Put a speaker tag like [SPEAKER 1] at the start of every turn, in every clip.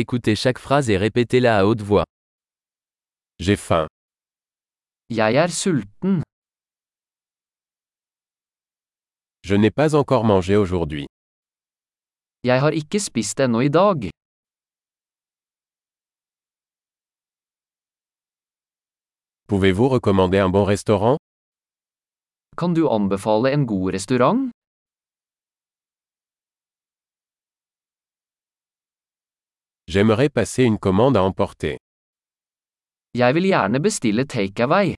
[SPEAKER 1] Écoutez chaque phrase et répétez-la à haute voix.
[SPEAKER 2] J'ai faim.
[SPEAKER 3] Jeg er sulten.
[SPEAKER 2] Je n'ai pas encore mangé aujourd'hui.
[SPEAKER 3] Jeg har ikke spist ennå i dag.
[SPEAKER 2] Pouvez-vous recommander un bon restaurant
[SPEAKER 3] Kan du anbefale en god restaurant?
[SPEAKER 2] J'aimerais passer une commande à emporter.
[SPEAKER 3] Jeg vil gjerne bestille takeaway.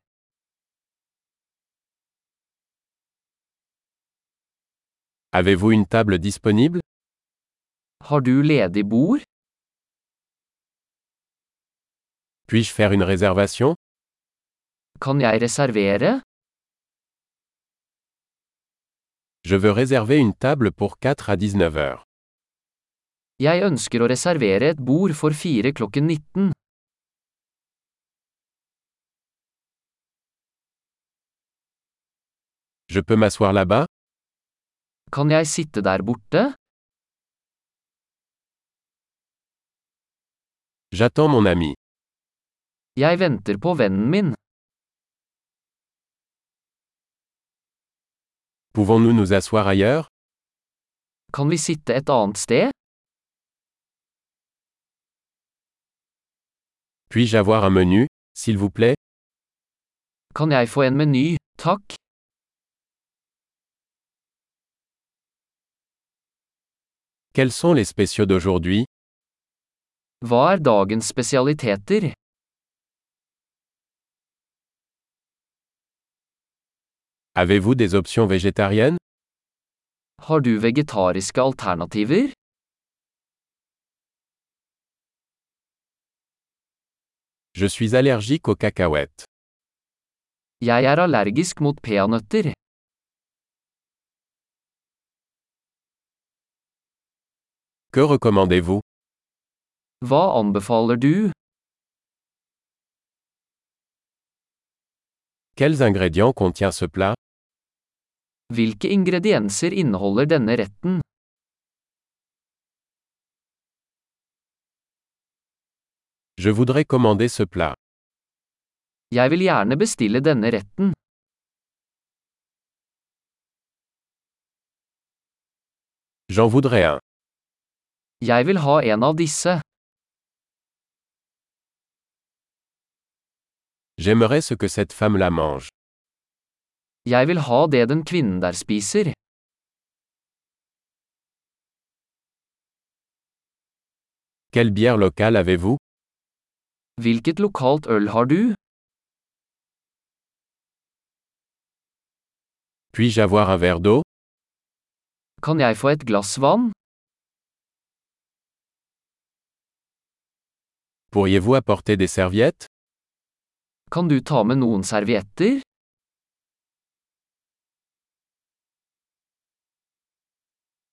[SPEAKER 2] Avez-vous une table disponible
[SPEAKER 3] Har du ledig bord?
[SPEAKER 2] Puis-je faire une réservation
[SPEAKER 3] Kan jeg reservere?
[SPEAKER 2] Je veux réserver une table pour 4 à 19 heures.
[SPEAKER 3] Jeg ønsker å reservere et bord for fire klokken 19.
[SPEAKER 2] Je peux m'asseoir là-bas
[SPEAKER 3] Kan jeg sitte der borte?
[SPEAKER 2] J'attends mon ami.
[SPEAKER 3] Jeg venter på vennen min.
[SPEAKER 2] Pouvons-nous nous asseoir ailleurs
[SPEAKER 3] Kan vi sitte et annet sted?
[SPEAKER 2] Puis-je avoir un menu, s'il vous plaît
[SPEAKER 3] Kan jeg få en meny? Takk.
[SPEAKER 2] Quels sont les spéciaux d'aujourd'hui
[SPEAKER 3] Hva er dagens spesialiteter?
[SPEAKER 2] Avez-vous des options végétariennes
[SPEAKER 3] Har du vegetariske alternativer?
[SPEAKER 2] Je suis allergique aux cacahuètes.
[SPEAKER 3] Jeg er allergisk mot peanøtter.
[SPEAKER 2] Que recommandez-vous
[SPEAKER 3] Hva anbefaler du?
[SPEAKER 2] Quels ingrédients contient ce plat
[SPEAKER 3] Hvilke ingredienser inneholder denne retten?
[SPEAKER 2] Je voudrais commander ce plat.
[SPEAKER 3] Jeg vil gjerne bestille denne retten.
[SPEAKER 2] J'en voudrais un.
[SPEAKER 3] Jeg vil ha en av disse.
[SPEAKER 2] J'aimerais ce que cette femme la mange.
[SPEAKER 3] Jeg vil ha det den kvinnen der spiser.
[SPEAKER 2] Quelle bière locale avez-vous
[SPEAKER 3] Hvilket lokalt øl har du?
[SPEAKER 2] Puis-je avoir un verre d'eau
[SPEAKER 3] Kan jeg få et glass vann?
[SPEAKER 2] Pourriez-vous apporter des serviettes
[SPEAKER 3] Kan du ta med noen servietter?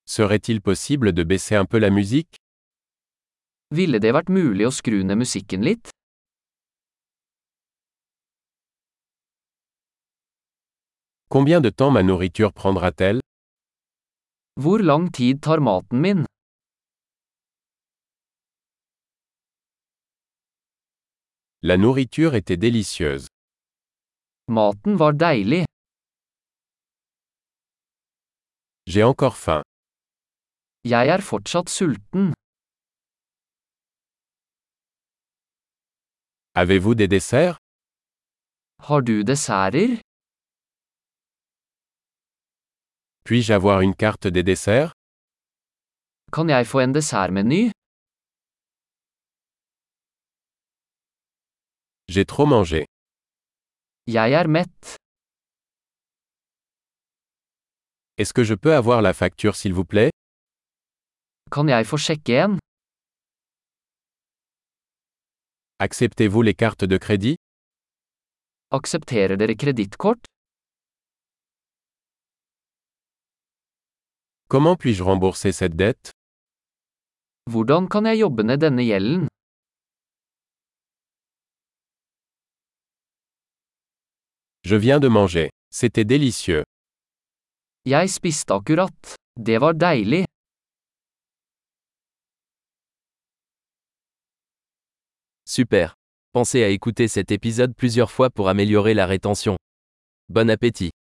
[SPEAKER 2] Serait-il possible de baisser un peu la musique
[SPEAKER 3] Ville det vært mulig å skru ned musikken litt?
[SPEAKER 2] Combien de temps ma nourriture prendra-t-elle
[SPEAKER 3] Hvor lang tid tar maten min?
[SPEAKER 2] La nourriture était délicieuse.
[SPEAKER 3] Maten var deilig.
[SPEAKER 2] J'ai encore faim.
[SPEAKER 3] Jeg er fortsatt sulten.
[SPEAKER 2] Avez-vous des desserts
[SPEAKER 3] Har du desserter?
[SPEAKER 2] Puis-je avoir une carte des desserts
[SPEAKER 3] Kan jeg få en dessertmeny?
[SPEAKER 2] J'ai trop mangé.
[SPEAKER 3] Jeg er mett.
[SPEAKER 2] Est-ce que je peux avoir la facture s'il vous plaît
[SPEAKER 3] Kan jeg få sjekke en?
[SPEAKER 2] Acceptez-vous les cartes de crédit
[SPEAKER 3] Aksepterer dere kredittkort?
[SPEAKER 2] Comment puis-je rembourser cette dette
[SPEAKER 3] Hvordan kan jeg jobbe ned denne gjelden?
[SPEAKER 2] Je viens de manger. C'était délicieux.
[SPEAKER 3] Jeg spiste akkurat. Det var deilig.
[SPEAKER 2] Super. Pensez à écouter cet épisode plusieurs fois pour améliorer la rétention. Bon appétit.